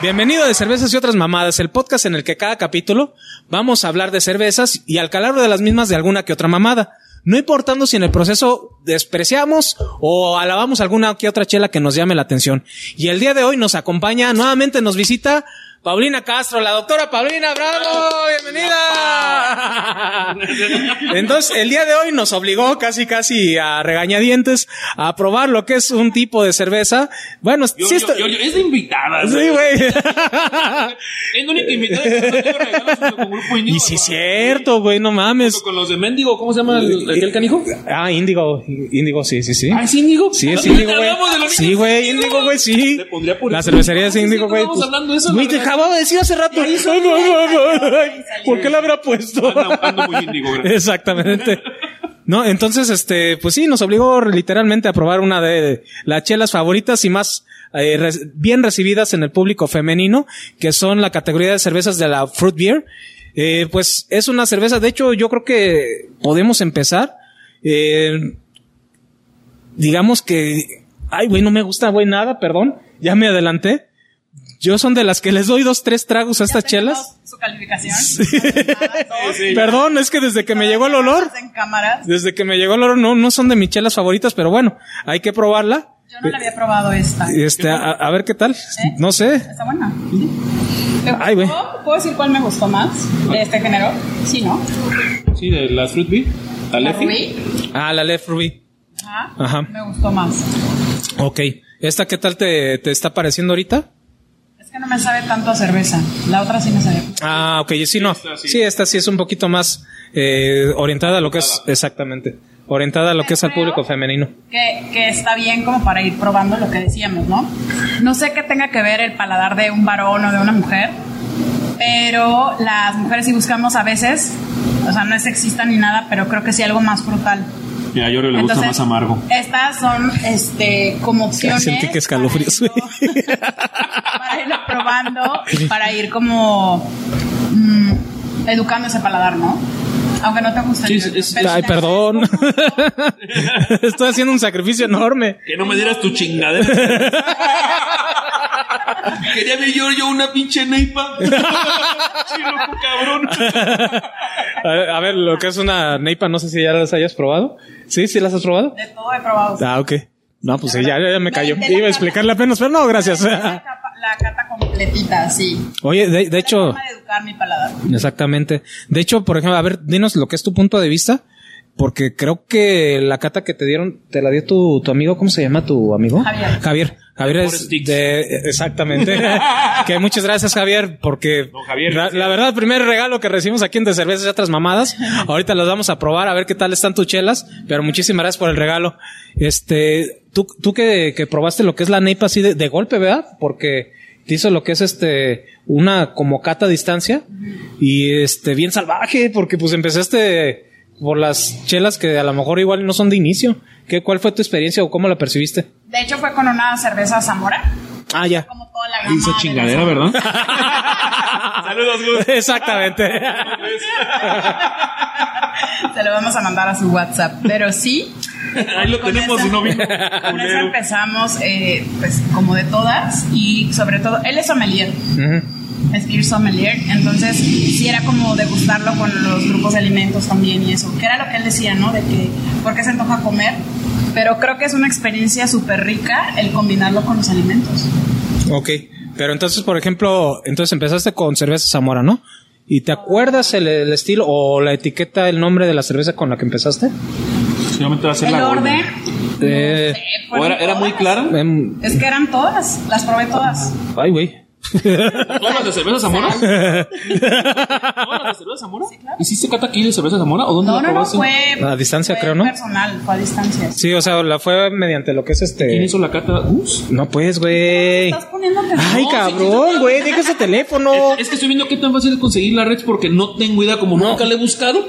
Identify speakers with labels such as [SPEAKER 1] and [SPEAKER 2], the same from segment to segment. [SPEAKER 1] Bienvenido de Cervezas y otras mamadas, el podcast en el que cada capítulo vamos a hablar de cervezas y al calor de las mismas de alguna que otra mamada. No importando si en el proceso despreciamos o alabamos alguna que otra chela que nos llame la atención. Y el día de hoy nos acompaña, nuevamente nos visita Paulina Castro, la doctora Paulina, bravo, bienvenida. Entonces, el día de hoy nos obligó casi, casi a regañadientes a probar lo que es un tipo de cerveza. Bueno,
[SPEAKER 2] Yo,
[SPEAKER 1] sí
[SPEAKER 2] yo-
[SPEAKER 1] esto-
[SPEAKER 2] yo- yo- es de invitada.
[SPEAKER 1] Sí, güey.
[SPEAKER 2] Es la única invitada que nos dio regalos junto con Grupo Íñigo,
[SPEAKER 1] Y sí,
[SPEAKER 2] ¿verdad?
[SPEAKER 1] cierto, güey, no
[SPEAKER 2] Junto
[SPEAKER 1] mames.
[SPEAKER 2] Con los de Mendigo, ¿cómo se llama el, aquel canijo?
[SPEAKER 1] Ah, Índigo, Índigo, sí, sí, sí.
[SPEAKER 2] Ah, es Índigo.
[SPEAKER 1] Sí, es
[SPEAKER 2] Ahorita
[SPEAKER 1] Índigo, güey.
[SPEAKER 2] hablamos de lo
[SPEAKER 1] Sí,
[SPEAKER 2] mismo.
[SPEAKER 1] güey, Índigo, güey, sí.
[SPEAKER 2] Le pondría por
[SPEAKER 1] La
[SPEAKER 2] eso.
[SPEAKER 1] cervecería es
[SPEAKER 2] Sí,
[SPEAKER 1] Índigo, güey. pues,
[SPEAKER 2] estamos hablando de eso,
[SPEAKER 1] Güey,
[SPEAKER 2] la
[SPEAKER 1] te
[SPEAKER 2] verdad.
[SPEAKER 1] acababa de decir hace rato. Ay, no, no, no, ay, ¿Por qué la habrá puesto?
[SPEAKER 2] Anda- anda muy índigo, gracias.
[SPEAKER 1] Exactamente. No, entonces, este, pues sí, nos obligó literalmente a probar una de las chelas favoritas y más eh, re- bien recibidas en el público femenino, que son la categoría de cervezas de la Fruit Beer. Eh, pues es una cerveza, de hecho, yo creo que podemos empezar. Eh, digamos que, ay, güey, no me gusta, güey, nada, perdón, ya me adelanté. Yo son de las que les doy dos, tres tragos a estas chelas.
[SPEAKER 3] Su calificación.
[SPEAKER 2] Sí,
[SPEAKER 1] Perdón, es que desde que me llegó el olor,
[SPEAKER 3] En cámaras.
[SPEAKER 1] desde que me llegó el olor, no, no son de mis chelas favoritas, pero bueno, hay que probarla.
[SPEAKER 3] Yo no la había probado esta.
[SPEAKER 1] Este, a, a ver qué tal. No sé.
[SPEAKER 3] Está buena. ¿sí? ¿Me
[SPEAKER 1] Ay, güey.
[SPEAKER 3] gustó? ¿Puedo decir cuál me gustó más de este género? Sí, ¿no?
[SPEAKER 2] Sí, de las Fruit Bee. La
[SPEAKER 3] La
[SPEAKER 2] Lefty.
[SPEAKER 3] Rubí.
[SPEAKER 1] Ah, la Left Ruby.
[SPEAKER 3] Ajá.
[SPEAKER 1] Ajá.
[SPEAKER 3] Me gustó más.
[SPEAKER 1] Ok. ¿Esta qué tal te, te está pareciendo ahorita?
[SPEAKER 3] Es que no me sabe tanto a cerveza. La otra sí me sabe.
[SPEAKER 1] Ah, ok, sí, no.
[SPEAKER 2] Esta sí.
[SPEAKER 1] Sí, esta sí es un poquito más eh, orientada a lo que es, exactamente, orientada a lo que es al público femenino.
[SPEAKER 3] Que, que está bien como para ir probando lo que decíamos, ¿no? No sé qué tenga que ver el paladar de un varón o de una mujer, pero las mujeres sí buscamos a veces, o sea, no es sexista ni nada, pero creo que sí algo más frutal.
[SPEAKER 2] Mira, a Yorio le gusta más amargo.
[SPEAKER 3] Estas son este, como opciones.
[SPEAKER 1] Sentí que escalofríos,
[SPEAKER 3] para
[SPEAKER 1] güey.
[SPEAKER 3] irlo- Para irlo probando, para ir como mm, educando ese paladar, ¿no? Aunque no te guste.
[SPEAKER 2] Sí, es-
[SPEAKER 3] el-
[SPEAKER 2] es-
[SPEAKER 3] pero
[SPEAKER 1] Ay,
[SPEAKER 3] si te-
[SPEAKER 1] perdón. Estoy haciendo un sacrificio enorme.
[SPEAKER 2] Que no me dieras tu chingadera. Quería ver yo, yo una pinche neipa. Sí, loco, cabrón.
[SPEAKER 1] A ver, a ver, lo que es una neipa, no sé si ya las hayas probado. ¿Sí? ¿Sí las has probado?
[SPEAKER 3] De todo he probado.
[SPEAKER 1] Ah, ok. No, pues sí, ya, ya, ya me cayó.
[SPEAKER 3] No, y te la
[SPEAKER 1] Iba a explicarle apenas, pero no, gracias.
[SPEAKER 3] La capa- la cata completita, sí.
[SPEAKER 1] Oye, de, de hecho,
[SPEAKER 3] Forma de educar mi paladar.
[SPEAKER 1] exactamente. De hecho, por ejemplo, a ver, dinos lo que es tu punto de vista, porque creo que la cata que te dieron, te la dio tu, tu amigo, ¿cómo se llama tu amigo?
[SPEAKER 3] Javier.
[SPEAKER 1] Javier. Javier
[SPEAKER 2] Por
[SPEAKER 1] es
[SPEAKER 2] Sticks.
[SPEAKER 1] de, Eh, exactamente. que muchas gracias, Javier, porque
[SPEAKER 2] No, Javier,
[SPEAKER 1] ra- la, verdad, el primer regalo que recibimos aquí en De Cervezas y otras mamadas, ahorita las vamos a probar a ver qué tal están tus chelas, pero muchísimas gracias por el regalo. Este, tú, tú que, que probaste lo que es la neipa así de, de golpe, ¿verdad? Porque te hizo lo que es este, una como cata a distancia y este, bien salvaje, porque pues empezaste por las chelas que a lo mejor igual no son de inicio. ¿Qué, ¿Cuál fue tu experiencia o cómo la percibiste?
[SPEAKER 3] De hecho, fue con una cerveza Zamora.
[SPEAKER 1] Ah, ya.
[SPEAKER 3] Como toda la gama.
[SPEAKER 2] Esa
[SPEAKER 3] de
[SPEAKER 2] chingadera,
[SPEAKER 3] las-
[SPEAKER 2] ¿verdad? Saludos, Gus.
[SPEAKER 1] Exactamente.
[SPEAKER 3] Se lo vamos a mandar a su WhatsApp. Pero sí.
[SPEAKER 2] Ahí lo
[SPEAKER 3] con
[SPEAKER 2] tenemos,
[SPEAKER 3] esa-
[SPEAKER 2] y no vino.
[SPEAKER 3] Con esa
[SPEAKER 2] Culero.
[SPEAKER 3] empezamos, eh, pues, como de todas. Y sobre todo, él es sommelier.
[SPEAKER 1] Ujú.
[SPEAKER 3] Es beer sommelier. Entonces, sí era como degustarlo con los grupos de alimentos también y eso. Que era lo que él decía, ¿no? De que, ¿por qué se antoja comer? Pero creo que es una experiencia súper rica el combinarlo con los alimentos.
[SPEAKER 1] Ok. Pero entonces, por ejemplo, entonces empezaste con cerveza Zamora, ¿no? ¿Y te acuerdas el, el estilo o la etiqueta, el nombre de la cerveza con la que empezaste?
[SPEAKER 2] Seguramente va a ser
[SPEAKER 3] El
[SPEAKER 2] la Golden.
[SPEAKER 3] orden.
[SPEAKER 1] Eh,
[SPEAKER 3] eh,
[SPEAKER 2] ¿O
[SPEAKER 3] fueron
[SPEAKER 2] era, era muy
[SPEAKER 3] todas.
[SPEAKER 2] clara?
[SPEAKER 1] em,
[SPEAKER 3] Es que eran todas, las probé todas.
[SPEAKER 1] ay, güey.
[SPEAKER 2] ¿No las de cerveza Zamora? ¿No las de cerveza Zamora? ¿Hiciste cata aquí de cerveza Zamora o dónde
[SPEAKER 3] No,
[SPEAKER 2] la
[SPEAKER 3] no, no,
[SPEAKER 2] probaste?
[SPEAKER 3] fue.
[SPEAKER 1] A distancia,
[SPEAKER 3] fue
[SPEAKER 1] creo, ¿no?
[SPEAKER 3] Personal, fue a distancia.
[SPEAKER 1] Sí, o sea, la fue mediante lo que es
[SPEAKER 2] ¿Quién
[SPEAKER 1] este.
[SPEAKER 2] hizo la cata? Gus.
[SPEAKER 1] No, pues, güey.
[SPEAKER 3] Estás poniendo atención.
[SPEAKER 1] Ay,
[SPEAKER 2] No, sí,
[SPEAKER 1] cabrón,
[SPEAKER 2] sí.
[SPEAKER 1] güey, deja ese teléfono.
[SPEAKER 2] Es que estoy viendo qué tan fácil es conseguir la red porque no tengo idea, como nunca la he buscado.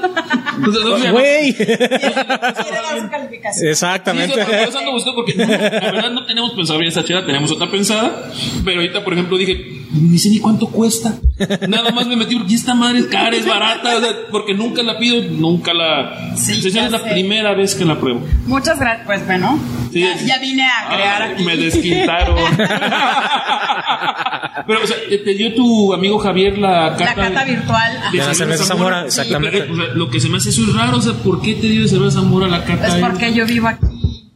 [SPEAKER 2] Entonces, no sé,
[SPEAKER 1] Güey.
[SPEAKER 3] Quiere dar su calificación.
[SPEAKER 2] Sí, eso,
[SPEAKER 1] Exactamente.
[SPEAKER 2] por eso ando buscando porque no, la verdad no tenemos pensado abrir esa chela, tenemos otra pensada, pero ahorita por ejemplo dije, ni sé ni cuánto cuesta. Nada más me metí porque esta madre es cara, es barata, o sea, porque nunca la pido, nunca la...
[SPEAKER 3] Sí,
[SPEAKER 2] O sea,
[SPEAKER 3] ya
[SPEAKER 2] es la
[SPEAKER 3] sé.
[SPEAKER 2] primera vez que la
[SPEAKER 1] Eh.
[SPEAKER 2] pruebo.
[SPEAKER 3] Muchas gracias. Pues bueno,
[SPEAKER 2] Sí, Ah,
[SPEAKER 3] ya,
[SPEAKER 2] es-
[SPEAKER 3] ya vine a crear
[SPEAKER 2] Ay,
[SPEAKER 3] aquí.
[SPEAKER 2] Me desquintaron. Pero, o sea, te te dio tu amigo Javier la
[SPEAKER 3] La
[SPEAKER 2] carta.
[SPEAKER 3] cata virtual. ajá.
[SPEAKER 1] De la cerveza Zamora, exactamente.
[SPEAKER 2] O sea, lo que se me hace eso es raro, o sea, ¿por qué te dio de cerveza Zamora la carta?
[SPEAKER 3] Es
[SPEAKER 2] ahí?
[SPEAKER 3] Pues porque yo vivo aquí.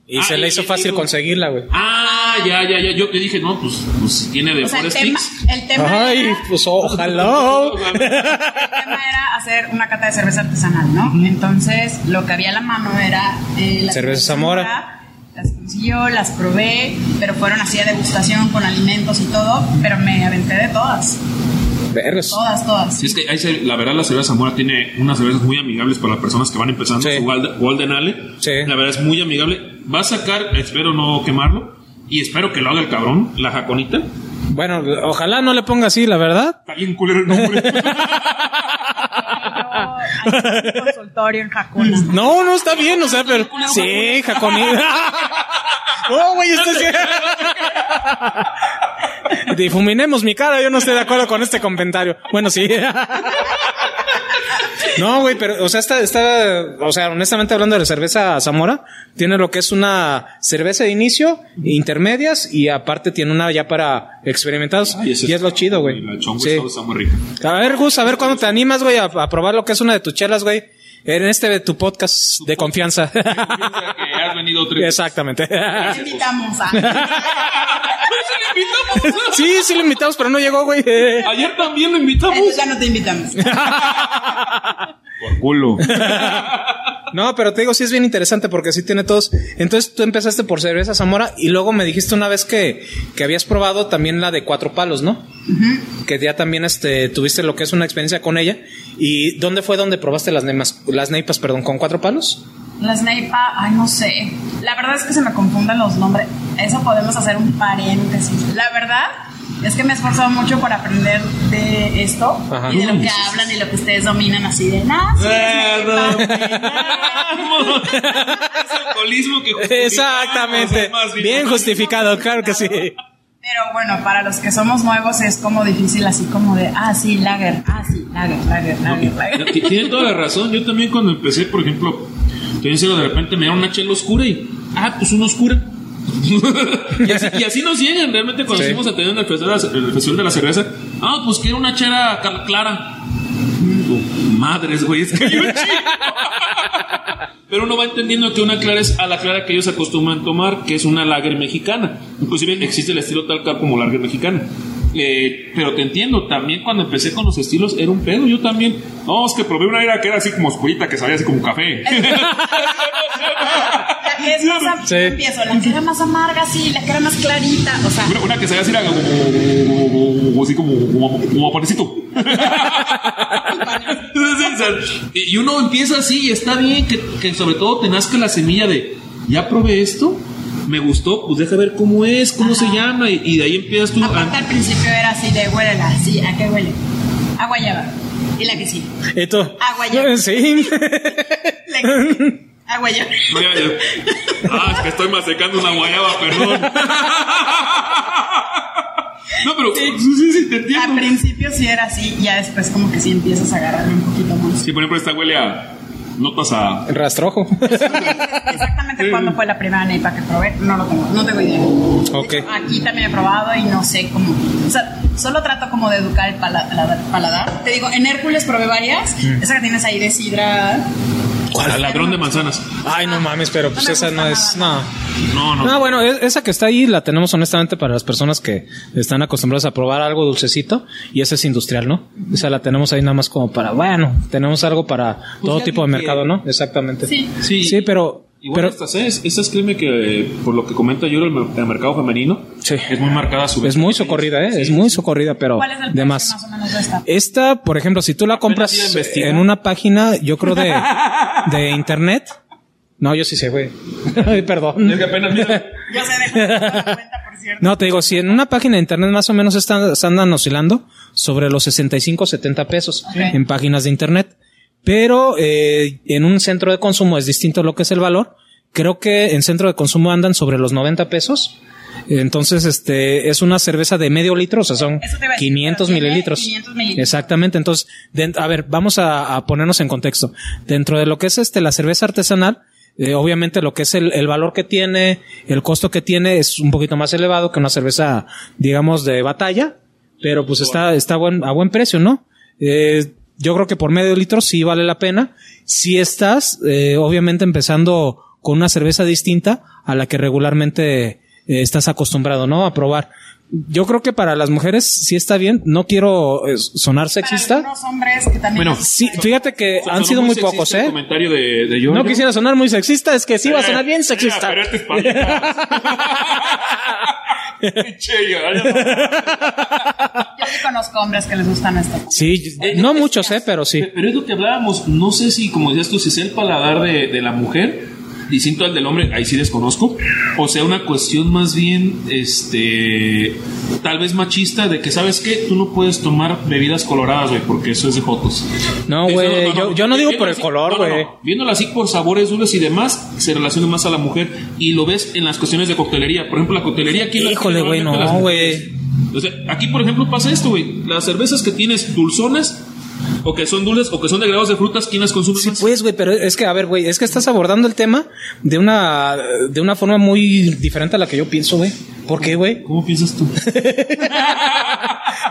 [SPEAKER 1] Y
[SPEAKER 2] Ah,
[SPEAKER 1] se le
[SPEAKER 2] y-
[SPEAKER 1] hizo
[SPEAKER 2] y-
[SPEAKER 1] fácil
[SPEAKER 2] y-
[SPEAKER 1] conseguirla, güey.
[SPEAKER 2] Ah, ya, ya, ya. Yo te dije, no, pues, pues si tiene de
[SPEAKER 3] O sea, el
[SPEAKER 2] Forest
[SPEAKER 3] tema,
[SPEAKER 2] Sticks.
[SPEAKER 3] el tema,
[SPEAKER 1] Ay,
[SPEAKER 3] era,
[SPEAKER 1] pues ojalá.
[SPEAKER 3] el tema era hacer una cata de cerveza artesanal, ¿no? Entonces, lo que había a la mano era eh, la
[SPEAKER 1] Cerveza Zamora.
[SPEAKER 3] Las consiguió, las probé, pero fueron así de degustación con alimentos y todo, pero me aventé de todas,
[SPEAKER 1] Vergas.
[SPEAKER 3] todas, todas.
[SPEAKER 2] Sí, es que ahí se- la verdad la cerveza Zamora tiene unas cervezas muy amigables para las personas que van empezando
[SPEAKER 1] Sí.
[SPEAKER 2] su Walden, Walden Ale.
[SPEAKER 1] Sí.
[SPEAKER 2] La verdad es muy amigable. Va a sacar, espero no quemarlo, y espero que lo haga el cabrón, la jaconita.
[SPEAKER 1] Bueno, ojalá no le ponga así, la verdad.
[SPEAKER 2] Está bien culero el nombre.
[SPEAKER 3] Yo hay un consultorio en Jacuna.
[SPEAKER 1] No, no está bien, o sea, pero. Sí, Jaconida. No, güey, esto sí. Difuminemos mi cara, yo no estoy de acuerdo con este comentario. Bueno, sí. No, güey, pero, o sea, está, está, o sea, honestamente hablando de la cerveza Zamora, tiene lo que es una cerveza de inicio, intermedias, y aparte tiene una ya para experimentados.
[SPEAKER 2] Ay, ese
[SPEAKER 1] y es lo chido, güey.
[SPEAKER 2] La chongo
[SPEAKER 1] Sí.
[SPEAKER 2] está, está muy rica.
[SPEAKER 1] A ver, Gus, a ver cuándo te animas, güey, a, a probar lo que es una de tus chelas, güey. En este de tu podcast de confianza.
[SPEAKER 2] Piensa que has venido tres veces.
[SPEAKER 1] Exactamente.
[SPEAKER 3] Te invitamos ah. a...
[SPEAKER 2] Pero sí le invitamos.
[SPEAKER 1] Sí, sí lo invitamos, pero no llegó, güey.
[SPEAKER 2] Ayer también lo invitamos.
[SPEAKER 3] Entonces ya no te invitamos.
[SPEAKER 2] Por culo.
[SPEAKER 1] No, pero te digo, sí es bien interesante porque sí tiene todos. Entonces tú empezaste por cerveza Zamora y luego me dijiste una vez que, que habías probado también la de cuatro palos, ¿no? Que ya también este, tuviste lo que es una experiencia con ella. ¿Y dónde fue donde probaste las neipas, las neipas, perdón, con cuatro palos?
[SPEAKER 3] Las Neipa, ah, ay, no sé. La verdad es que se me confunden los nombres. Eso podemos hacer un paréntesis. La verdad es que me he esforzado mucho por aprender de esto
[SPEAKER 1] Ajá.
[SPEAKER 3] y de lo que hablan y lo que ustedes dominan así de nada. sí,
[SPEAKER 2] Eh,
[SPEAKER 3] las Neipa".
[SPEAKER 2] dominamos. Es alcoholismo que justificamos,
[SPEAKER 1] Exactamente.
[SPEAKER 2] es más
[SPEAKER 1] Bien justificado, claro que sí.
[SPEAKER 3] Pero bueno, para los que somos nuevos es como difícil así como de, ah, sí, lager, ah, sí, lager, lager, lager, lager.
[SPEAKER 2] T- Tienen toda la razón. Yo también cuando empecé, por ejemplo, te voy a decir, de repente me dieron una chela oscura y, ah, pues una oscura. y, así, y así nos llegan realmente cuando
[SPEAKER 1] Sí.
[SPEAKER 2] fuimos a tener en el festival, de la- el festival de la cerveza. Ah, pues quiero una chela cal- clara. Mm, Madres, güey, es que hay un chingo. Pero uno va entendiendo que una clara es a la clara que ellos acostumbran tomar, que es una lager mexicana. Inclusive existe el estilo tal cual como lager mexicana. Eh, pero te entiendo, también cuando empecé con los estilos era un pedo, yo también. No, es que probé una era que era así como oscurita, que sabía así como café.
[SPEAKER 3] La que es más am-
[SPEAKER 1] Sí.
[SPEAKER 3] empiezo, la que era más amarga, sí, la que era más clarita, o sea,
[SPEAKER 2] Una, una que sabía así era como, como- así como, como, como panecito. Sí, o sea, y uno empieza así y está bien que, que sobre todo te nazca la semilla de ya probé esto, me gustó, pues deja ver cómo es, cómo se llama y, y de ahí empiezas tú
[SPEAKER 3] Aparte
[SPEAKER 2] a...
[SPEAKER 3] al principio era así de huélela, sí, ¿a qué huele? A guayaba. Y la que sí.
[SPEAKER 1] ¿Y tú?
[SPEAKER 3] Agua ya.
[SPEAKER 1] Sí.
[SPEAKER 3] La que sí. A guayaba.
[SPEAKER 2] Mira, yo- Ah, es que estoy masecando una guayaba, perdón. No, pero sí, sí, sí, te
[SPEAKER 3] Al
[SPEAKER 2] entiendo.
[SPEAKER 3] principio sí era así, ya después como que sí empiezas a agarrarle un poquito más.
[SPEAKER 2] Sí, por ejemplo, esta huele a notas a...
[SPEAKER 1] Rastrojo.
[SPEAKER 3] Exactamente cuándo fue la primera neipa que probé, no lo tengo, no tengo idea.
[SPEAKER 1] Ok.
[SPEAKER 3] Aquí también he probado y no sé cómo. O sea, solo trato como de educar el pala- paladar. paladar. Te digo, en Hércules probé varias. Esa que tienes ahí de sidra.
[SPEAKER 2] a ladrón de manzanas.
[SPEAKER 1] Ay, no mames, pero pues
[SPEAKER 3] No me
[SPEAKER 1] esa
[SPEAKER 3] gusta
[SPEAKER 1] no es. No.
[SPEAKER 2] No, no.
[SPEAKER 1] No, bueno, e- esa que está ahí la tenemos honestamente para las personas que están acostumbradas a probar algo dulcecito y esa es industrial, ¿no? Esa la tenemos ahí nada más como para, bueno, tenemos algo para todo
[SPEAKER 2] Pues ya
[SPEAKER 1] tipo de
[SPEAKER 2] vi
[SPEAKER 1] mercado,
[SPEAKER 2] que-
[SPEAKER 1] ¿no? Exactamente.
[SPEAKER 3] Sí.
[SPEAKER 2] Sí.
[SPEAKER 1] Sí, pero.
[SPEAKER 2] Igual
[SPEAKER 1] pero
[SPEAKER 2] estas, ¿eh? Estas créeme que, eh, por lo que comenta yo, el, mer- el mercado femenino
[SPEAKER 1] Sí.
[SPEAKER 2] es muy marcada su
[SPEAKER 1] es muy socorrida, ¿eh? Es muy socorrida, pero.
[SPEAKER 3] ¿Cuál es el
[SPEAKER 1] Oh, de
[SPEAKER 3] precio
[SPEAKER 1] más. Eh,
[SPEAKER 3] más o menos de esta?
[SPEAKER 1] Esta, por ejemplo, si tú la compras
[SPEAKER 2] iba a investigar.
[SPEAKER 1] en una página, yo creo de, de internet. No, yo sí sé, güey. Ay, Perdón.
[SPEAKER 2] Es que apenas mira,
[SPEAKER 3] Yo sé de cuenta, por cierto.
[SPEAKER 1] No, te digo, si en una página de internet más o menos están, andan oscilando sobre los 65, 70 pesos
[SPEAKER 3] Ok.
[SPEAKER 1] en páginas de internet. Pero eh, en un centro de consumo es distinto lo que es el valor. Creo que en centro de consumo andan sobre los 90 pesos. Entonces, este es una cerveza de medio litro, o sea, son
[SPEAKER 3] Eso te iba a decir,
[SPEAKER 1] 500
[SPEAKER 3] pero tiene
[SPEAKER 1] mililitros.
[SPEAKER 3] 500 mililitros.
[SPEAKER 1] Exactamente. Entonces, den- a ver, vamos a, a ponernos en contexto. Dentro de lo que es este la cerveza artesanal, eh, obviamente lo que es el, el valor que tiene, el costo que tiene es un poquito más elevado que una cerveza, digamos, de batalla. Pero pues está, está buen, a buen precio, ¿no? Eh, yo creo que por medio litro sí vale la pena. Si estás, eh, obviamente, empezando con una cerveza distinta a la que regularmente eh, estás acostumbrado, ¿no? A probar. Yo creo que para las mujeres sí está bien. No quiero eh, sonar
[SPEAKER 3] Para
[SPEAKER 1] sexista.
[SPEAKER 3] algunos hombres que también.
[SPEAKER 2] Bueno,
[SPEAKER 1] Sí, fíjate que Eh, han
[SPEAKER 2] Sonó
[SPEAKER 1] sido muy
[SPEAKER 2] sexista
[SPEAKER 1] pocos,
[SPEAKER 2] el
[SPEAKER 1] ¿eh?
[SPEAKER 2] comentario de, de John,
[SPEAKER 1] No quisiera sonar muy sexista, es que sí va a sonar bien sexista.
[SPEAKER 2] Pero este es palitas. Pinche John.
[SPEAKER 3] Yo sí conozco hombres que les gustan esto.
[SPEAKER 1] Sí,
[SPEAKER 2] Eh,
[SPEAKER 1] no
[SPEAKER 2] es-
[SPEAKER 1] muchos, ¿eh? Pero sí.
[SPEAKER 2] Pero es lo que hablábamos. No sé si, como decías tú, si es el paladar de, de la mujer distinto al del hombre, ahí sí desconozco. O sea, una cuestión más bien, este, tal vez machista, de que sabes que tú no puedes tomar bebidas coloradas, güey, porque eso es de fotos.
[SPEAKER 1] No,
[SPEAKER 2] Eso,
[SPEAKER 1] güey, yo- yo no digo por
[SPEAKER 2] Viéndolo
[SPEAKER 1] el
[SPEAKER 2] así-
[SPEAKER 1] color,
[SPEAKER 2] no, no,
[SPEAKER 1] güey.
[SPEAKER 2] no. Viéndolo así por sabores dulces y demás, se relaciona más a la mujer. Y lo ves en las cuestiones de coctelería. Por ejemplo, la coctelería aquí... en la-
[SPEAKER 1] Híjole, güey, no,
[SPEAKER 2] las-
[SPEAKER 1] güey.
[SPEAKER 2] o sea, aquí por ejemplo pasa esto, güey. Las cervezas que tienes dulzonas, o que son dulces, o que son de grados de frutas, ¿quién las consume
[SPEAKER 1] Sí,
[SPEAKER 2] más?
[SPEAKER 1] pues, güey, pero es que, a ver, güey, es que estás abordando el tema de una, de una forma muy diferente a la que yo pienso, güey. ¿Por qué, güey?
[SPEAKER 2] ¿Cómo piensas tú?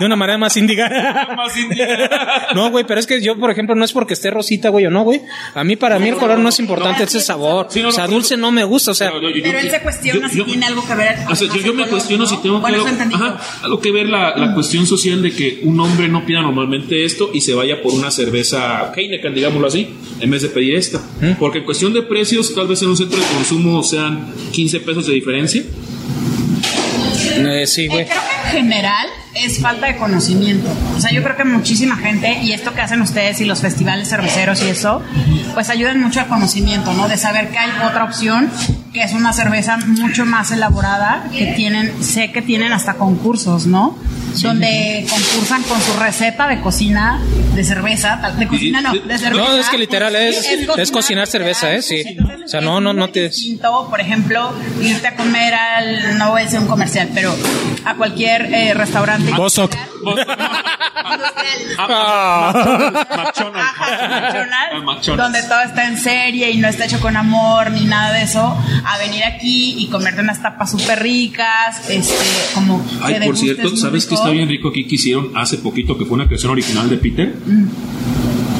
[SPEAKER 1] De una manera más índiga.
[SPEAKER 2] Más indígena.
[SPEAKER 1] No, güey, pero es que yo, por ejemplo, no es porque esté rosita, güey, o no, güey. A mí, para mí, el color no es importante, es el sabor.
[SPEAKER 2] Sí, no, no,
[SPEAKER 1] O sea,
[SPEAKER 2] no,
[SPEAKER 1] dulce no me gusta, o sea,
[SPEAKER 2] Pero yo- yo-
[SPEAKER 3] Pero él se
[SPEAKER 2] yo-
[SPEAKER 3] cuestiona si
[SPEAKER 2] yo-
[SPEAKER 3] tiene algo que ver.
[SPEAKER 2] O sea, yo,
[SPEAKER 3] con
[SPEAKER 2] yo me
[SPEAKER 3] color,
[SPEAKER 2] cuestiono
[SPEAKER 3] ¿no?
[SPEAKER 2] si tengo
[SPEAKER 3] Bueno,
[SPEAKER 2] que,
[SPEAKER 3] eso entendí.
[SPEAKER 2] ajá, algo que ver la, la cuestión social de que un hombre no pida normalmente esto y se vaya por una cerveza Heineken, digámoslo así, en vez de pedir esta. Porque en cuestión de precios, tal vez en un centro de consumo sean 15 pesos de diferencia.
[SPEAKER 1] eh, sí,
[SPEAKER 3] Eh,
[SPEAKER 1] güey.
[SPEAKER 3] creo que en general es falta de conocimiento. O sea, yo creo que muchísima gente, y esto que hacen ustedes y los festivales cerveceros y eso, pues ayudan mucho al conocimiento, ¿no? De saber que hay otra opción, que es una cerveza mucho más elaborada, que tienen, sé que tienen hasta concursos, ¿no? Donde concursan con su receta de cocina, de cerveza, tal- de cocina no, de cerveza.
[SPEAKER 1] No, es que literal es- es cocinar
[SPEAKER 3] literal.
[SPEAKER 1] cerveza, ¿eh? Sí.
[SPEAKER 3] Entonces,
[SPEAKER 1] O sea, no,
[SPEAKER 3] es
[SPEAKER 1] no, no
[SPEAKER 3] muy
[SPEAKER 1] tienes-
[SPEAKER 3] distinto, por ejemplo, irte a comer al, no voy a decir un comercial, pero a cualquier eh, restaurante.
[SPEAKER 1] Bosoc. Ah,
[SPEAKER 3] industrial. Ajá,
[SPEAKER 2] Ah,
[SPEAKER 3] McDonald's,
[SPEAKER 2] McDonald's.
[SPEAKER 3] donde todo está en serie y no está hecho con amor ni nada de eso, a venir aquí y comerte unas tapas súper ricas, este, como
[SPEAKER 2] Ay, por
[SPEAKER 3] que degustes
[SPEAKER 2] cierto,
[SPEAKER 3] muy
[SPEAKER 2] ¿sabes qué
[SPEAKER 3] rico?
[SPEAKER 2] está bien rico aquí que hicieron hace poquito que fue una creación original de Peter?
[SPEAKER 3] Mm.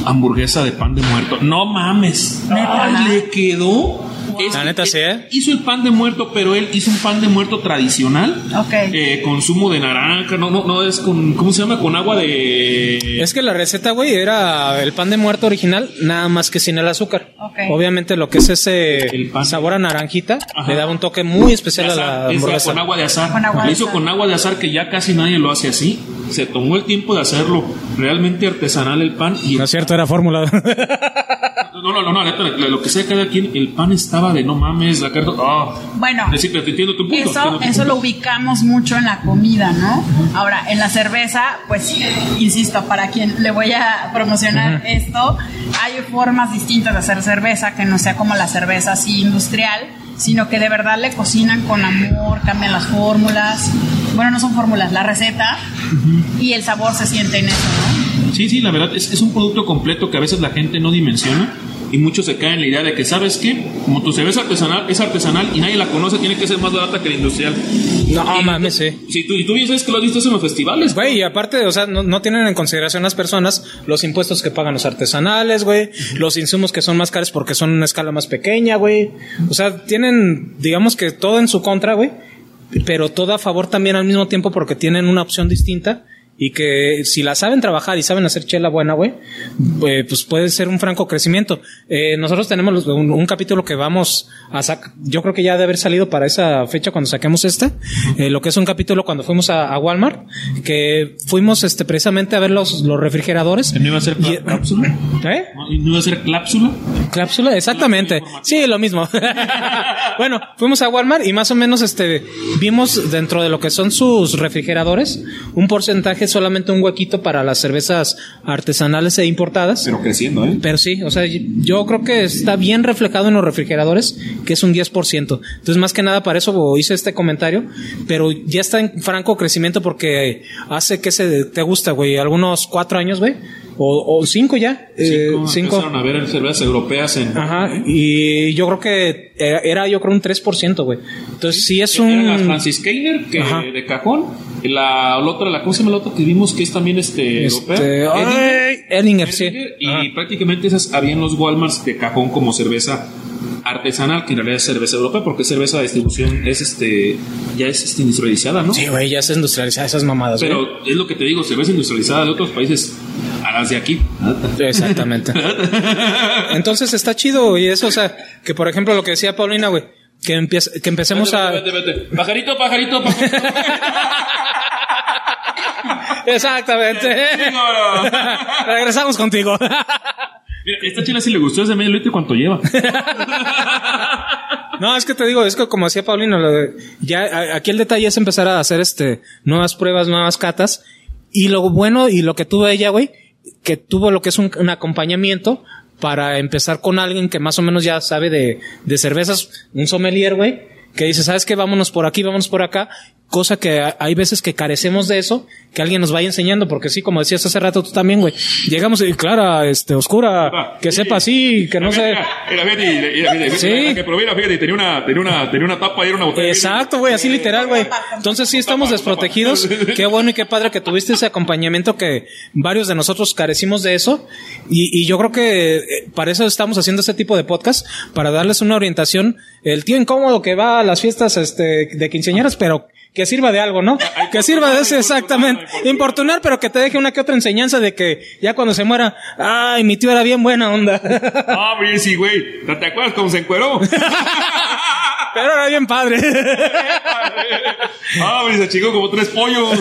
[SPEAKER 2] Hamburguesa de pan de muerto. No mames.
[SPEAKER 3] Neta.
[SPEAKER 2] Ay, le quedó. Es-
[SPEAKER 1] La neta sí, ¿eh?
[SPEAKER 2] Hizo el pan de muerto, pero él hizo un pan de muerto tradicional.
[SPEAKER 3] Ok.
[SPEAKER 2] Eh, con zumo de naranja. No, no, no es con. ¿Cómo se llama? Con agua de.
[SPEAKER 1] Es que la receta, güey, era el pan de muerto original, nada más que sin el azúcar.
[SPEAKER 3] Ok.
[SPEAKER 1] Obviamente lo que es ese
[SPEAKER 2] El pan.
[SPEAKER 1] sabor a naranjita
[SPEAKER 2] Ajá.
[SPEAKER 1] le daba un toque muy
[SPEAKER 2] de
[SPEAKER 1] especial a la
[SPEAKER 2] azar. Es
[SPEAKER 1] hamburguesa.
[SPEAKER 2] con agua de azar.
[SPEAKER 3] Con agua
[SPEAKER 2] Lo
[SPEAKER 3] de
[SPEAKER 2] hizo
[SPEAKER 3] azar.
[SPEAKER 2] con agua de azar que ya casi nadie lo hace así. Se tomó el tiempo de hacerlo realmente artesanal el pan y
[SPEAKER 1] No es cierto, era fórmula.
[SPEAKER 2] No, no, no, no, neta, lo que sea cada quien, el pan estaba de no mames, la carta. ah.
[SPEAKER 3] Bueno.
[SPEAKER 2] Sí, pero te entiendo tu punto.
[SPEAKER 3] Eso,
[SPEAKER 2] te entiendo tu
[SPEAKER 3] eso
[SPEAKER 2] punto.
[SPEAKER 3] lo ubicamos mucho en la comida, ¿no? Ahora, en la cerveza, pues, insisto, para quien le voy a promocionar esto, hay formas distintas de hacer cerveza que no sea como la cerveza así industrial, sino que de verdad le cocinan con amor, cambian las fórmulas. Bueno, no son fórmulas, la receta y el sabor se siente en eso, ¿no?
[SPEAKER 2] Sí, sí, la verdad, es, es un producto completo que a veces la gente no dimensiona y muchos se caen en la idea de que, ¿sabes qué? Como tu cerveza artesanal es artesanal y nadie la conoce, tiene que ser más barata que la industrial.
[SPEAKER 1] no,
[SPEAKER 2] Y-
[SPEAKER 1] mames, sí.
[SPEAKER 2] Sí, tú, y tú bien sabes que lo has visto eso en los festivales.
[SPEAKER 1] Güey, y aparte, o sea, no, no tienen en consideración las personas los impuestos que pagan los artesanales, güey, los insumos que son más caros porque son una escala más pequeña, güey. O sea, tienen, digamos que todo en su contra, güey, pero todo a favor también al mismo tiempo porque tienen una opción distinta y que si la saben trabajar y saben hacer chela buena, güey, eh, pues puede ser un franco crecimiento. Eh, nosotros tenemos los- un, un capítulo que vamos a sacar, yo creo que ya de haber salido para esa fecha cuando saquemos esta, eh, lo que es un capítulo cuando fuimos a, a Walmart, que fuimos este precisamente a ver los, los refrigeradores.
[SPEAKER 2] ¿No iba a ser
[SPEAKER 1] Y-
[SPEAKER 2] cla- cápsula?
[SPEAKER 1] ¿Eh?
[SPEAKER 2] ¿No no iba a ser cápsula?
[SPEAKER 1] Clápsula, exactamente. Sí, lo mismo. bueno, fuimos a Walmart y más o menos este vimos dentro de lo que son sus refrigeradores un porcentaje solamente un huequito para las cervezas artesanales e importadas.
[SPEAKER 2] Pero creciendo, ¿eh?
[SPEAKER 1] Pero sí, o sea, yo creo que está bien reflejado en los refrigeradores, que es un 10%. Entonces, más que nada, para eso hice este comentario, pero ya está en franco crecimiento porque hace que se te gusta, güey, algunos cuatro años, güey, o, o cinco ya, eh,
[SPEAKER 2] Cinco,
[SPEAKER 1] cinco.
[SPEAKER 2] Empezaron a ver cervezas europeas en.
[SPEAKER 1] Ajá, y yo creo que era, era, yo creo un 3%, güey. Entonces, sí es
[SPEAKER 2] Eran las
[SPEAKER 1] un...
[SPEAKER 2] Francis Keiner, que
[SPEAKER 1] Ajá.
[SPEAKER 2] de cajón, La, la otra, la, ¿cómo se llama la otra que vimos que es también este,
[SPEAKER 1] Este,
[SPEAKER 2] europea?
[SPEAKER 1] ay, Edinger, sí.
[SPEAKER 2] Erdinger, y
[SPEAKER 1] Ajá.
[SPEAKER 2] prácticamente esas había en los Walmarts de cajón como cerveza artesanal, que en realidad es cerveza europea, porque es cerveza de distribución es este, ya es este, industrializada, ¿no?
[SPEAKER 1] Sí, güey, ya se industrializa esas mamadas, güey.
[SPEAKER 2] Pero es lo que te digo, cerveza industrializada de otros países a las de aquí.
[SPEAKER 1] Exactamente. Entonces está chido, güey, eso, o sea, que por ejemplo lo que decía Paulina, güey, que, empiece- que empecemos a...
[SPEAKER 2] Vete, vete, vete. Pajarito, pajarito, pajarito.
[SPEAKER 1] Exactamente.
[SPEAKER 2] Sígalo.
[SPEAKER 1] Regresamos contigo.
[SPEAKER 2] Mira, esta chela si le gustó es de medio litro y cuánto lleva.
[SPEAKER 1] No, es que te digo, es que como decía Paulino, lo de- ya a- aquí el detalle es empezar a hacer este nuevas pruebas, nuevas catas. Y lo bueno y lo que tuvo ella, güey, que tuvo lo que es un, un acompañamiento para empezar con alguien que más o menos ya sabe de, de cervezas, un sommelier, güey, que dice, ¿sabes qué? Vámonos por aquí, vámonos por acá. Cosa que a- hay veces que carecemos de eso, que alguien nos vaya enseñando, porque sí, como decías hace rato tú también, güey, llegamos y clara, este, oscura,
[SPEAKER 2] Ah,
[SPEAKER 1] que
[SPEAKER 2] sí.
[SPEAKER 1] sepa así, que no
[SPEAKER 2] Mira,
[SPEAKER 1] sé.
[SPEAKER 2] Mira, mira, fíjate, mira, mira, mira,
[SPEAKER 1] Sí.
[SPEAKER 2] la que probé, la fíjate, tenía una, tenía una, tenía una tapa y era una botella.
[SPEAKER 1] Exacto, güey, así literal, güey. Entonces sí estamos desprotegidos. Qué bueno y qué padre que tuviste ese acompañamiento que varios de nosotros carecimos de eso. Y, y yo creo que eh, para eso estamos haciendo este tipo de podcast, para darles una orientación. El tío incómodo que va a las fiestas este, de quinceañeras, pero que sirva de algo, ¿no? Que sirva de eso, exactamente. Importunar, pero que te deje una que otra enseñanza de que ya cuando se muera, ay, mi tío era bien buena onda.
[SPEAKER 2] Ah, güey, sí, güey. ¿No ¿Te acuerdas cómo se encueró?
[SPEAKER 1] Pero era bien padre.
[SPEAKER 2] Ah, güey, se chingó como tres pollos.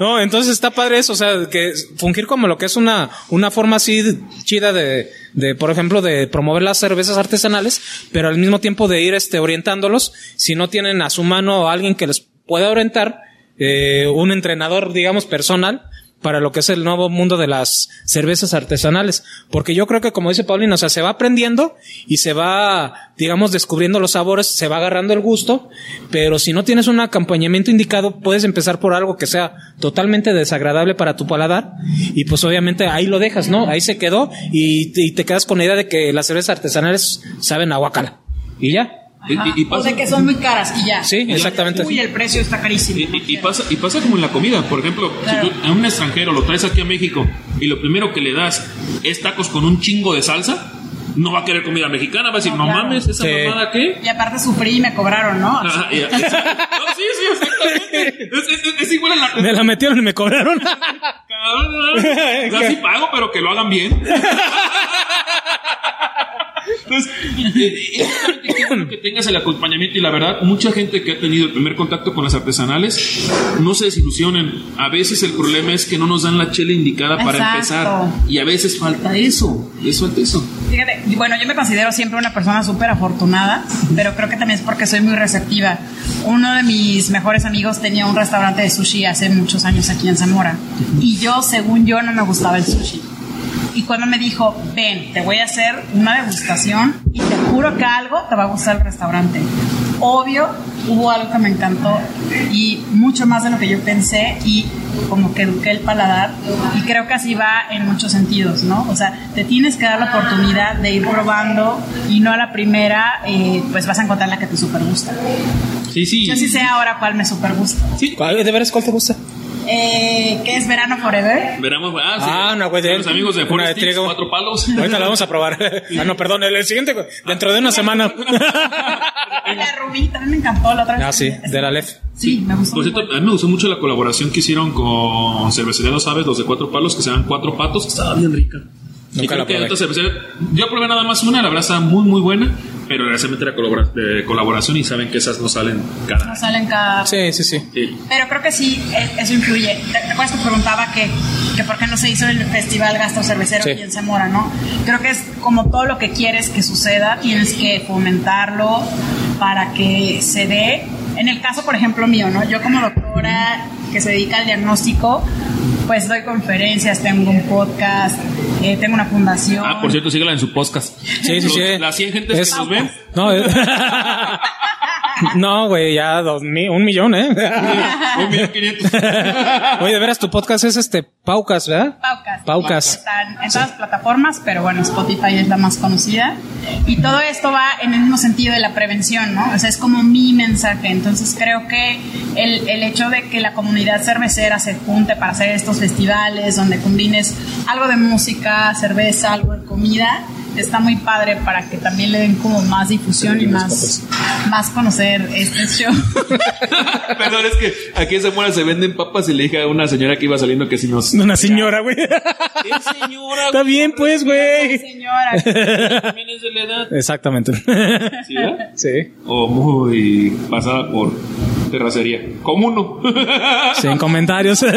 [SPEAKER 1] No, entonces está padre eso, o sea, que fungir como lo que es una, una forma así de- chida de, de, por ejemplo, de promover las cervezas artesanales, pero al mismo tiempo de ir este, orientándolos, si no tienen a su mano a alguien que les pueda orientar, eh, un entrenador, digamos, personal, para lo que es el nuevo mundo de las cervezas artesanales. Porque yo creo que, como dice Paulina, o sea, se va aprendiendo y se va, digamos, descubriendo los sabores, se va agarrando el gusto, pero si no tienes un acompañamiento indicado, puedes empezar por algo que sea totalmente desagradable para tu paladar y pues obviamente ahí lo dejas, ¿no? Ahí se quedó y, y te quedas con la idea de que las cervezas artesanales saben a guacala. Y ya.
[SPEAKER 3] Ajá.
[SPEAKER 2] Y- y- y pasa-
[SPEAKER 3] O sea que son muy caras y ya.
[SPEAKER 1] Sí, exactamente.
[SPEAKER 3] Uy, el precio está carísimo.
[SPEAKER 2] Y, y- y pasa, y pasa como en la comida, por ejemplo,
[SPEAKER 3] Claro.
[SPEAKER 2] si tú a un extranjero lo traes aquí a México y lo primero que le das es tacos con un chingo de salsa, no va a querer comida mexicana, va a decir,
[SPEAKER 3] No,
[SPEAKER 2] no,
[SPEAKER 3] Ah, claro.
[SPEAKER 2] mames, esa
[SPEAKER 1] Sí.
[SPEAKER 2] mamada qué.
[SPEAKER 3] Y aparte sufrí y me cobraron, ¿no? Así.
[SPEAKER 2] Ajá, y- no, sí, sí, exactamente. Es, es- es- es igual en la
[SPEAKER 1] Me la metieron y me cobraron.
[SPEAKER 2] Cabrón, ¿no? O sea, sí pago, pero que lo hagan bien. Entonces, eh, eh, exactamente, qué bueno que tengas el acompañamiento y la verdad, mucha gente que ha tenido el primer contacto con las artesanales, no se desilusionen. A veces el problema es que no nos dan la chela indicada para
[SPEAKER 3] Exacto.
[SPEAKER 2] empezar. Y a veces falta eso. Les falta eso.
[SPEAKER 3] Fíjate, y bueno, yo me considero siempre una persona súper afortunada, pero creo que también es porque soy muy receptiva. Uno de mis mejores amigos tenía un restaurante de sushi hace muchos años aquí en Zamora y yo, según yo, no me gustaba el sushi. Y cuando me dijo, ven, te voy a hacer una degustación y te juro que algo te va a gustar el restaurante. Obvio, hubo algo que me encantó y mucho más de lo que yo pensé y como que eduqué el paladar y creo que así va en muchos sentidos, ¿no? O sea, te tienes que dar la oportunidad de ir probando y no a la primera, eh, pues vas a encontrar la que te super gusta.
[SPEAKER 2] Sí, sí.
[SPEAKER 3] Yo sí sé ahora cuál me super gusta.
[SPEAKER 1] ¿Cuál- ¿De veras cuál te gusta?
[SPEAKER 3] Eh, ¿Qué es Verano Forever?
[SPEAKER 2] Veramos, ah, sí.
[SPEAKER 1] Ah, una güey de-
[SPEAKER 2] Los amigos de
[SPEAKER 1] una
[SPEAKER 2] Forest
[SPEAKER 1] de
[SPEAKER 2] Hills,
[SPEAKER 1] trigo.
[SPEAKER 2] cuatro palos.
[SPEAKER 1] Ahorita la vamos a probar. Ah, no, perdón, el, el siguiente, güey, dentro de una semana.
[SPEAKER 3] Y La Rubí también me encantó la otra vez.
[SPEAKER 1] Ah, sí, de la Lef.
[SPEAKER 3] Sí, me gustó.
[SPEAKER 2] Por cierto, a mí me gustó mucho la colaboración que hicieron con Cervecería Los Aves, los de Cuatro Palos, que se llaman Cuatro Patos, que estaba bien rica.
[SPEAKER 1] Nunca
[SPEAKER 2] Y creo
[SPEAKER 1] la
[SPEAKER 2] que
[SPEAKER 1] probé.
[SPEAKER 2] otra cervecería- yo probé nada más una, la verdad estaba muy, muy buena, pero desgraciadamente la colabora- de colaboración y saben que esas no salen
[SPEAKER 3] No
[SPEAKER 2] cada
[SPEAKER 3] salen cada...
[SPEAKER 1] Sí, sí, sí.
[SPEAKER 2] Sí.
[SPEAKER 3] Pero creo que sí, eh, eso influye. ¿Te te acuerdas que preguntaba que, que por qué no se hizo el Festival Gastro Cervecero
[SPEAKER 1] Sí.
[SPEAKER 3] aquí en Zamora, no? Creo que es como todo lo que quieres que suceda, tienes que fomentarlo para que se dé. En el caso, por ejemplo, mío, ¿no? Yo como doctora que se dedica al diagnóstico, pues doy conferencias, tengo un podcast, eh, tengo una fundación.
[SPEAKER 2] Ah, por cierto, síguela en su podcast.
[SPEAKER 1] Sí, sí, sí.
[SPEAKER 2] Los- Las 100 gentes
[SPEAKER 1] Es-
[SPEAKER 2] que nos ven.
[SPEAKER 1] No, es- No, güey, ya dos mi- un millón, ¿eh?
[SPEAKER 2] Un millón quinientos.
[SPEAKER 1] Oye, de veras, tu podcast es este Paucas, ¿verdad?
[SPEAKER 3] Paucas.
[SPEAKER 1] Paucas.
[SPEAKER 3] Están en todas las plataformas, pero bueno, Spotify es la más conocida. Y todo esto va en el mismo sentido de la prevención, ¿no? O sea, es como mi mensaje. Entonces creo que el, el hecho de que la comunidad cervecera se junte para hacer estos festivales donde combines algo de música, cerveza, algo de comida, está muy padre para que también le den como más difusión y más, más conocer este show.
[SPEAKER 2] Perdón, es que aquí en Zamora se venden papas y le dije a una señora que iba saliendo que si nos.
[SPEAKER 1] Una señora, güey.
[SPEAKER 2] Eh, señora,
[SPEAKER 1] Está bien, pues, güey.
[SPEAKER 3] Señora,
[SPEAKER 2] También es de la edad.
[SPEAKER 1] Exactamente.
[SPEAKER 2] ¿Sí, verdad?
[SPEAKER 1] Sí.
[SPEAKER 2] O muy pasada por terracería. Como uno.
[SPEAKER 1] Sin comentarios.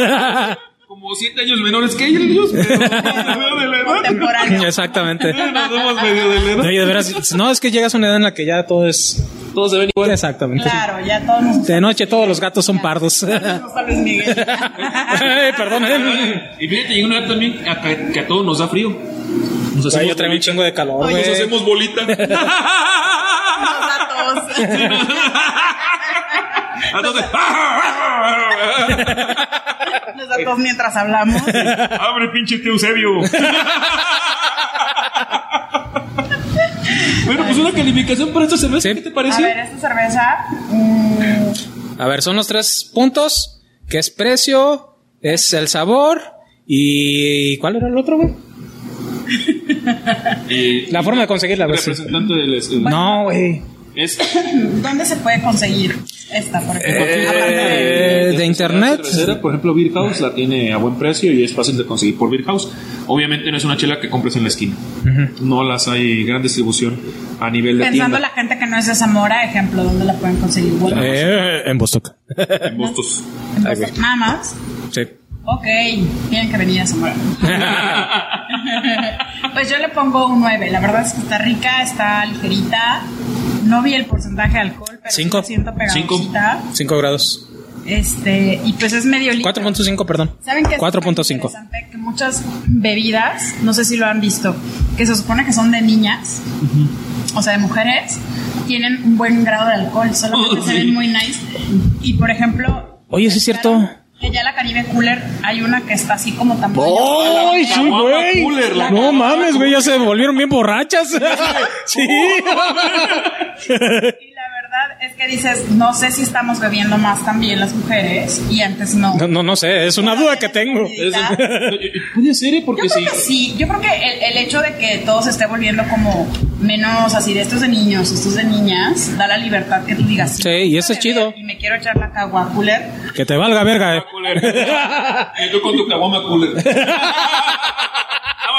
[SPEAKER 2] Como siete años menores que ellos, pero medio de la edad.
[SPEAKER 3] contemporánea.
[SPEAKER 1] Exactamente.
[SPEAKER 2] Nos somos medio de la edad.
[SPEAKER 1] Oye, de veras, no, es que llegas a una edad en la que ya todo es...
[SPEAKER 2] Todos se ven igual.
[SPEAKER 1] Exactamente.
[SPEAKER 3] Claro, ya todos nos
[SPEAKER 1] De noche todos los gatos son pardos.
[SPEAKER 3] gusta Luis Miguel.
[SPEAKER 1] Ay, Perdón, ¿eh?
[SPEAKER 2] Y fíjate, llega una edad también a que, que a todos nos da frío. Nos
[SPEAKER 1] Güey,
[SPEAKER 2] hacemos
[SPEAKER 1] yo traigo un chingo de calor,
[SPEAKER 2] bolita.
[SPEAKER 1] güey.
[SPEAKER 2] Nos hacemos bolita.
[SPEAKER 3] datos.
[SPEAKER 2] Entonces,
[SPEAKER 3] Los datos mientras hablamos.
[SPEAKER 2] abre pinche tío Eusebio. bueno, pues una calificación para esta cerveza,
[SPEAKER 1] Sí.
[SPEAKER 2] ¿qué te
[SPEAKER 3] A
[SPEAKER 2] pareció?
[SPEAKER 3] ver, esta cerveza. mm,
[SPEAKER 1] A ver, son los tres puntos, que es precio, es el sabor y... ¿Cuál era el otro, güey?
[SPEAKER 2] Eh,
[SPEAKER 1] La forma de conseguirla, güey. sí.
[SPEAKER 2] representante del
[SPEAKER 1] No, güey.
[SPEAKER 2] es
[SPEAKER 3] ¿Dónde se puede conseguir esta, por ejemplo?
[SPEAKER 1] Eh,
[SPEAKER 3] Aparte de-
[SPEAKER 1] de internet.
[SPEAKER 2] cervecera, por ejemplo, Beer House la tiene a buen precio y es fácil de conseguir por Beer House. Obviamente no es una chela que compres en la esquina. No las hay gran distribución a nivel de
[SPEAKER 3] Pensando
[SPEAKER 2] tienda.
[SPEAKER 3] la gente que no es de Zamora, ejemplo, ¿dónde la pueden conseguir? Walmart.
[SPEAKER 1] Eh, en Bostock.
[SPEAKER 2] En Bostos.
[SPEAKER 3] Entonces, Nada más.
[SPEAKER 1] Sí.
[SPEAKER 3] Ok, tienen que venir a Zamora. Pues yo le pongo un 9. La verdad es que está rica, está ligerita. No vi el porcentaje de alcohol, pero sí
[SPEAKER 1] Cinco.
[SPEAKER 3] la siento
[SPEAKER 2] Cinco.
[SPEAKER 3] pegadosita.
[SPEAKER 1] 5 grados.
[SPEAKER 3] Este, y pues es medio líquido.
[SPEAKER 1] 4.5, perdón.
[SPEAKER 3] ¿Saben qué es
[SPEAKER 1] 4.5.
[SPEAKER 3] interesante? Que muchas bebidas, no sé si lo han visto, que se supone que son de niñas, o sea, de mujeres, tienen un buen grado de alcohol, solamente
[SPEAKER 2] Oh,
[SPEAKER 3] se
[SPEAKER 2] sí.
[SPEAKER 3] ven muy nice. Y por ejemplo.
[SPEAKER 1] Oye, sí es cierto.
[SPEAKER 3] Que ya la Caribe Cooler hay una que está así como tan.
[SPEAKER 1] ¡Ay, sí,
[SPEAKER 2] caguama
[SPEAKER 1] güey!
[SPEAKER 2] cooler, la
[SPEAKER 1] No
[SPEAKER 2] caguama
[SPEAKER 1] mames, güey, ya se volvieron bien borrachas. Sí.
[SPEAKER 3] Y la verdad es que dices, no sé si estamos bebiendo más también las mujeres, y antes no.
[SPEAKER 1] No, no, no sé, es una duda que tengo.
[SPEAKER 2] Es- Puede ser, ¿eh? porque
[SPEAKER 3] Yo
[SPEAKER 2] sí.
[SPEAKER 3] creo que sí, yo creo que el, el hecho de que todo se esté volviendo como menos así de estos de niños, estos de niñas, da la libertad que tú digas.
[SPEAKER 1] Sí, y eso es chido.
[SPEAKER 3] Y me quiero echar la cagua cooler.
[SPEAKER 1] Que te valga verga,
[SPEAKER 2] Ah,
[SPEAKER 1] eh.
[SPEAKER 2] Y tú con tu caguama cooler.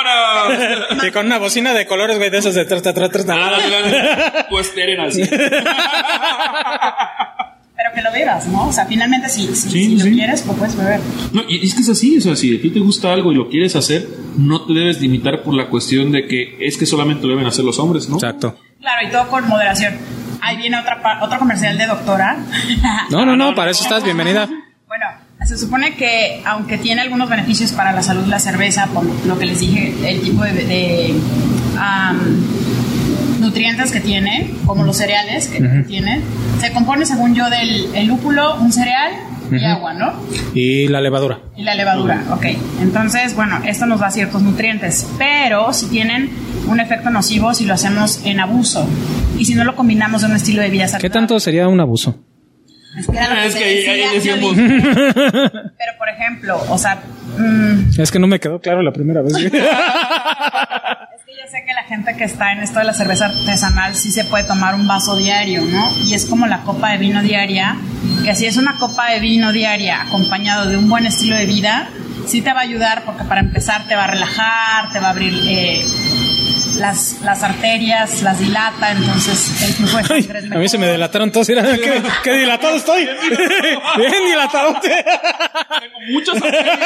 [SPEAKER 2] ¡Vámonos!
[SPEAKER 1] Y con una bocina de colores, güey, de esas de tra, tra, tra, tra, tra.
[SPEAKER 2] Nada, nada. Pues Teren así.
[SPEAKER 3] Pero que lo bebas, ¿no? O sea, finalmente si, si,
[SPEAKER 2] Sí,
[SPEAKER 3] si
[SPEAKER 2] sí.
[SPEAKER 3] lo quieres, pues puedes beber.
[SPEAKER 2] No, y es que es así, o sea, si a ti te gusta algo y lo quieres hacer, no te debes limitar por la cuestión de que es que solamente lo deben hacer los hombres, ¿no?
[SPEAKER 1] Exacto.
[SPEAKER 3] Claro, y todo con moderación. Ahí viene otra, pa- otro comercial de doctora.
[SPEAKER 1] No, no, no, para eso estás bienvenida.
[SPEAKER 3] Bueno, se supone que aunque tiene algunos beneficios para la salud la cerveza, por lo que les dije, el tipo de, de, am, nutrientes que tiene, como los cereales que tiene, se compone, según yo, del el lúpulo, un cereal y agua, ¿no?
[SPEAKER 1] Y la levadura.
[SPEAKER 3] Y la levadura, ok. Entonces, bueno, esto nos da ciertos nutrientes, pero si tienen un efecto nocivo si lo hacemos en abuso y si no lo combinamos de un estilo de vida
[SPEAKER 1] ¿Qué
[SPEAKER 3] saludable.
[SPEAKER 1] tanto sería un abuso?
[SPEAKER 3] Es que, era lo
[SPEAKER 2] Es
[SPEAKER 3] te
[SPEAKER 2] que ahí- ahí
[SPEAKER 3] decía,
[SPEAKER 2] decíamos.
[SPEAKER 3] yo dije. Pero, por ejemplo, o sea, mm,
[SPEAKER 1] Es que no me quedó claro la primera vez. güey.
[SPEAKER 3] es que yo sé que la gente que está en esto de la cerveza artesanal sí se puede tomar un vaso diario, ¿no? Y es como la copa de vino diaria, que si es una copa de vino diaria acompañado de un buen estilo de vida, sí te va a ayudar porque para empezar te va a relajar, te va a abrir... eh, las, las arterias, las dilata, entonces el flujo de
[SPEAKER 1] Ay,
[SPEAKER 3] sangre es
[SPEAKER 1] a mí se me
[SPEAKER 3] mejor.
[SPEAKER 1] delataron todos. Mira, qué, qué dilatado estoy. Bien dilatado.
[SPEAKER 2] Tengo muchas arterias.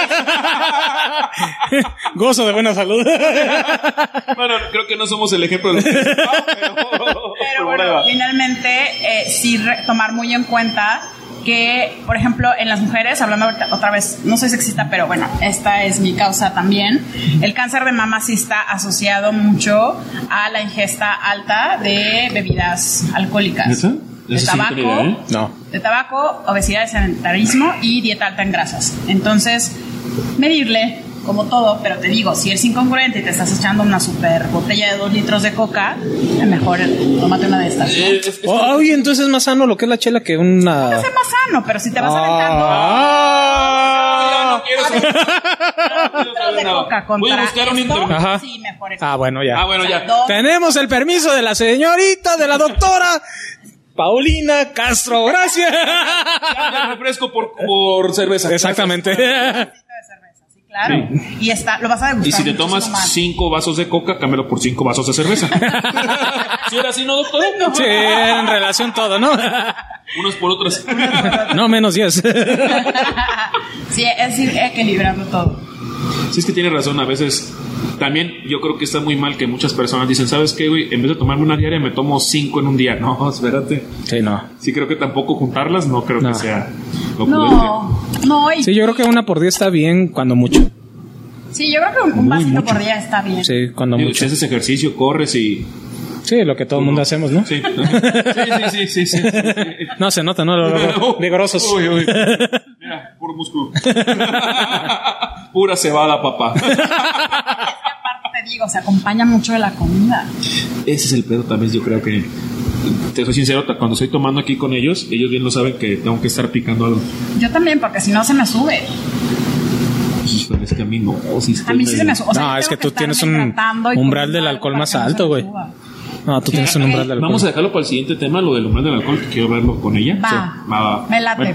[SPEAKER 1] Gozo de buena salud.
[SPEAKER 2] Bueno, creo que no somos el ejemplo de lo que es, pero,
[SPEAKER 3] Pero bueno, finalmente eh, sí re- tomar muy en cuenta que, por ejemplo, en las mujeres, hablando ahorita- otra vez, no soy sexista, pero bueno, esta es mi causa también, el cáncer de mama sí está asociado mucho a la ingesta alta de bebidas alcohólicas.
[SPEAKER 2] ¿Neta?
[SPEAKER 3] de
[SPEAKER 2] Eso sí no
[SPEAKER 3] tabaco,
[SPEAKER 2] tenía idea, ¿eh?
[SPEAKER 1] No.
[SPEAKER 3] de tabaco, obesidad y sedentarismo y dieta alta en grasas. Entonces, medirle, como todo, pero te digo, si es incongruente y te estás echando una super botella de dos litros de coca, mejor tómate una de estas. ¿no?
[SPEAKER 2] Eh, es- es-
[SPEAKER 1] Oh, oye, entonces es más sano lo que es la chela que una.
[SPEAKER 3] Puede ser más sano, pero si te vas aventando
[SPEAKER 1] Ah.
[SPEAKER 2] no quiero saber-
[SPEAKER 3] dos litros de
[SPEAKER 2] nada.
[SPEAKER 3] coca contra
[SPEAKER 2] Voy a buscar un
[SPEAKER 3] esto,
[SPEAKER 2] internet.
[SPEAKER 1] Ajá.
[SPEAKER 3] sí, mejor es-
[SPEAKER 1] Ah, bueno, ya.
[SPEAKER 2] Ah, bueno,
[SPEAKER 3] o sea,
[SPEAKER 2] ya.
[SPEAKER 3] dos-
[SPEAKER 1] Tenemos el permiso de la señorita, de la doctora Paulina Castro. Gracias.
[SPEAKER 2] Ya, ya refresco por, por cerveza.
[SPEAKER 1] Exactamente.
[SPEAKER 3] vasito de cerveza, sí, claro. Y está, lo vas a degustar.
[SPEAKER 2] Y si te
[SPEAKER 3] muchísimo
[SPEAKER 2] tomas
[SPEAKER 3] más.
[SPEAKER 2] cinco vasos de coca, cámbialo por cinco vasos de cerveza. si era así, ¿no, doctor?
[SPEAKER 1] Sí, en relación todo, ¿no?
[SPEAKER 2] Unos por otros.
[SPEAKER 1] No menos 10.
[SPEAKER 3] sí, es ir equilibrando todo.
[SPEAKER 2] Sí, es que tiene razón. A veces también yo creo que está muy mal que muchas personas dicen, ¿sabes qué, güey? En vez de tomarme una diaria, me tomo cinco en un día. No, espérate.
[SPEAKER 1] Sí, no.
[SPEAKER 2] Sí, creo que tampoco juntarlas, no creo
[SPEAKER 1] No.
[SPEAKER 2] que sea lo prudente.
[SPEAKER 3] No, no, y,
[SPEAKER 1] Sí, yo creo que una por 10 está bien cuando mucho.
[SPEAKER 3] sí, yo creo que un, un
[SPEAKER 2] Muy
[SPEAKER 3] vasito
[SPEAKER 2] mucho.
[SPEAKER 3] por día está bien.
[SPEAKER 1] Sí, cuando
[SPEAKER 2] Digo,
[SPEAKER 1] mucho.
[SPEAKER 2] si haces ejercicio, corres y.
[SPEAKER 1] Sí, lo que todo el mundo hacemos, ¿no?
[SPEAKER 2] Sí, sí, sí, sí. sí, sí, sí.
[SPEAKER 1] No se nota, ¿no? Los vigorosos.
[SPEAKER 2] Uy, uy. Mira, puro músculo. Pura cebada, papá.
[SPEAKER 3] Aparte te digo, se acompaña mucho de la comida.
[SPEAKER 2] Ese es el pedo también, yo creo que. Te soy sincero, cuando estoy tomando aquí con ellos, ellos bien lo saben que tengo que estar picando algo.
[SPEAKER 3] Yo también, porque si no se me sube.
[SPEAKER 2] Híjole, Pues, es que a mí no. si
[SPEAKER 3] A
[SPEAKER 2] estoy
[SPEAKER 3] mí sí se me
[SPEAKER 2] medio-
[SPEAKER 3] sube. O sea,
[SPEAKER 1] No,
[SPEAKER 3] yo
[SPEAKER 1] es
[SPEAKER 3] tengo
[SPEAKER 1] que tú
[SPEAKER 3] estarme
[SPEAKER 1] tienes un
[SPEAKER 3] hidratando y
[SPEAKER 1] umbral
[SPEAKER 3] comiendo
[SPEAKER 1] del
[SPEAKER 3] algo
[SPEAKER 1] alcohol
[SPEAKER 3] para
[SPEAKER 1] más
[SPEAKER 3] que no se
[SPEAKER 1] alto,
[SPEAKER 3] me
[SPEAKER 1] güey.
[SPEAKER 3] suba.
[SPEAKER 1] No, tú tienes un
[SPEAKER 3] Ok,
[SPEAKER 1] umbral de alcohol.
[SPEAKER 2] Vamos a dejarlo para el siguiente tema, lo del umbral del alcohol, que quiero verlo con ella.
[SPEAKER 3] Va. Me late.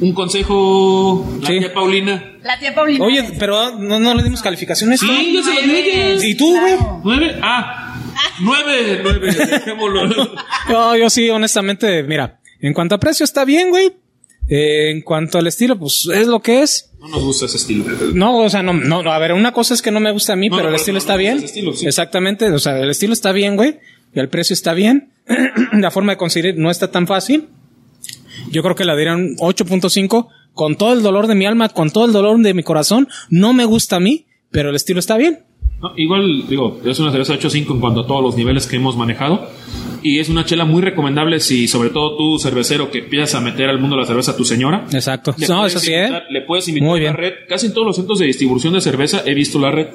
[SPEAKER 2] un consejo, la
[SPEAKER 1] Sí.
[SPEAKER 2] tía Paulina.
[SPEAKER 3] La pues, tía Paulina.
[SPEAKER 1] Oye, pero no, no le dimos calificaciones. ¿no?
[SPEAKER 2] Sí, yo se lo dije.
[SPEAKER 1] ¿Y tú, güey?
[SPEAKER 3] Claro.
[SPEAKER 2] ¿Nueve? Ah, nueve, nueve. dejémoslo.
[SPEAKER 1] No, yo sí, honestamente, mira, en cuanto a precio está bien, güey. Eh, en cuanto al estilo, pues es lo que es.
[SPEAKER 2] No nos gusta ese estilo.
[SPEAKER 1] No, o sea, no, no, no, a ver, una cosa es que no me gusta a mí,
[SPEAKER 2] No,
[SPEAKER 1] pero el
[SPEAKER 2] no, pero
[SPEAKER 1] estilo
[SPEAKER 2] no,
[SPEAKER 1] está
[SPEAKER 2] no,
[SPEAKER 1] bien.
[SPEAKER 2] el estilo, sí.
[SPEAKER 1] Exactamente, o sea, el estilo está bien, güey, y el precio está bien. la forma de conseguir no está tan fácil. Yo creo que la dirán 8.5 con todo el dolor de mi alma, con todo el dolor de mi corazón. No me gusta a mí, pero el estilo está bien.
[SPEAKER 2] No, igual, digo, es una cerveza 8.5 en cuanto a todos los niveles que hemos manejado. Y es una chela muy recomendable si, sobre todo tú, cervecero, que empiezas a meter al mundo de la cerveza a tu señora.
[SPEAKER 1] Exacto.
[SPEAKER 2] le
[SPEAKER 1] No,
[SPEAKER 2] puedes
[SPEAKER 1] eso sí, ¿eh?
[SPEAKER 2] invitar- Le puedes invitar
[SPEAKER 1] Muy
[SPEAKER 2] a
[SPEAKER 1] bien.
[SPEAKER 2] la red. Casi en todos los centros de distribución de cerveza he visto la red.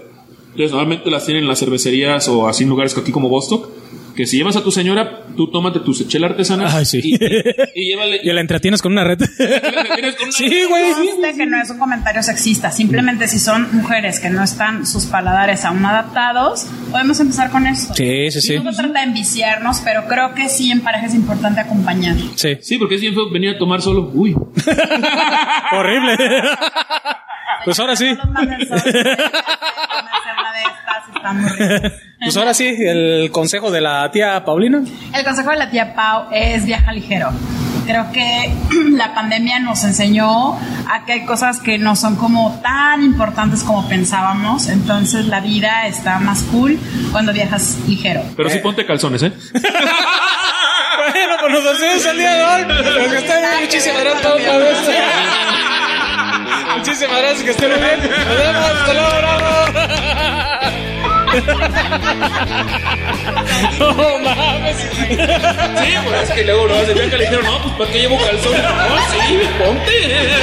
[SPEAKER 2] Entonces, normalmente las tienen en las cervecerías o así en lugares que aquí como Bostock. Que si llevas a tu señora, tú tómate tu chela artesana.
[SPEAKER 1] Ay, sí.
[SPEAKER 2] Y, y- y llévale.
[SPEAKER 1] Y la entretienes con una red.
[SPEAKER 2] la tienes con una- Ah.
[SPEAKER 1] sí, güey.
[SPEAKER 3] Conste que no es un comentario sexista, simplemente si son mujeres que no están sus paladares aún adaptados, podemos empezar con eso.
[SPEAKER 1] Sí, sí, sí.
[SPEAKER 3] Y No se trata de enviciarnos, pero creo que sí en pareja es importante acompañar.
[SPEAKER 1] Sí.
[SPEAKER 2] Sí, porque es bien feo venir a tomar solo. Uy.
[SPEAKER 1] Horrible. pues ahora sí.
[SPEAKER 3] No los manden solos, eh, van a hacer una de estas, están muy ricos.
[SPEAKER 1] Pues ahora sí, el consejo de la tía Paulina.
[SPEAKER 3] El consejo de la tía Pau es viaja ligero. Creo que la pandemia nos enseñó a que hay cosas que no son como tan importantes como pensábamos, entonces la vida está más cool cuando viajas ligero.
[SPEAKER 2] Pero sí ponte calzones, ¿eh?
[SPEAKER 1] Bueno, pues nos hacemos el día de hoy. Los que estén bien, muchísimas gracias a todos por haber estado. Muchísimas gracias, que estén muy bien. Nos vemos, hasta luego, bravo. No mames.
[SPEAKER 2] Sí, pues es que luego lo vas de viaje le dijeron, no, pues ¿para qué llevo calzones? No, sí, ponte.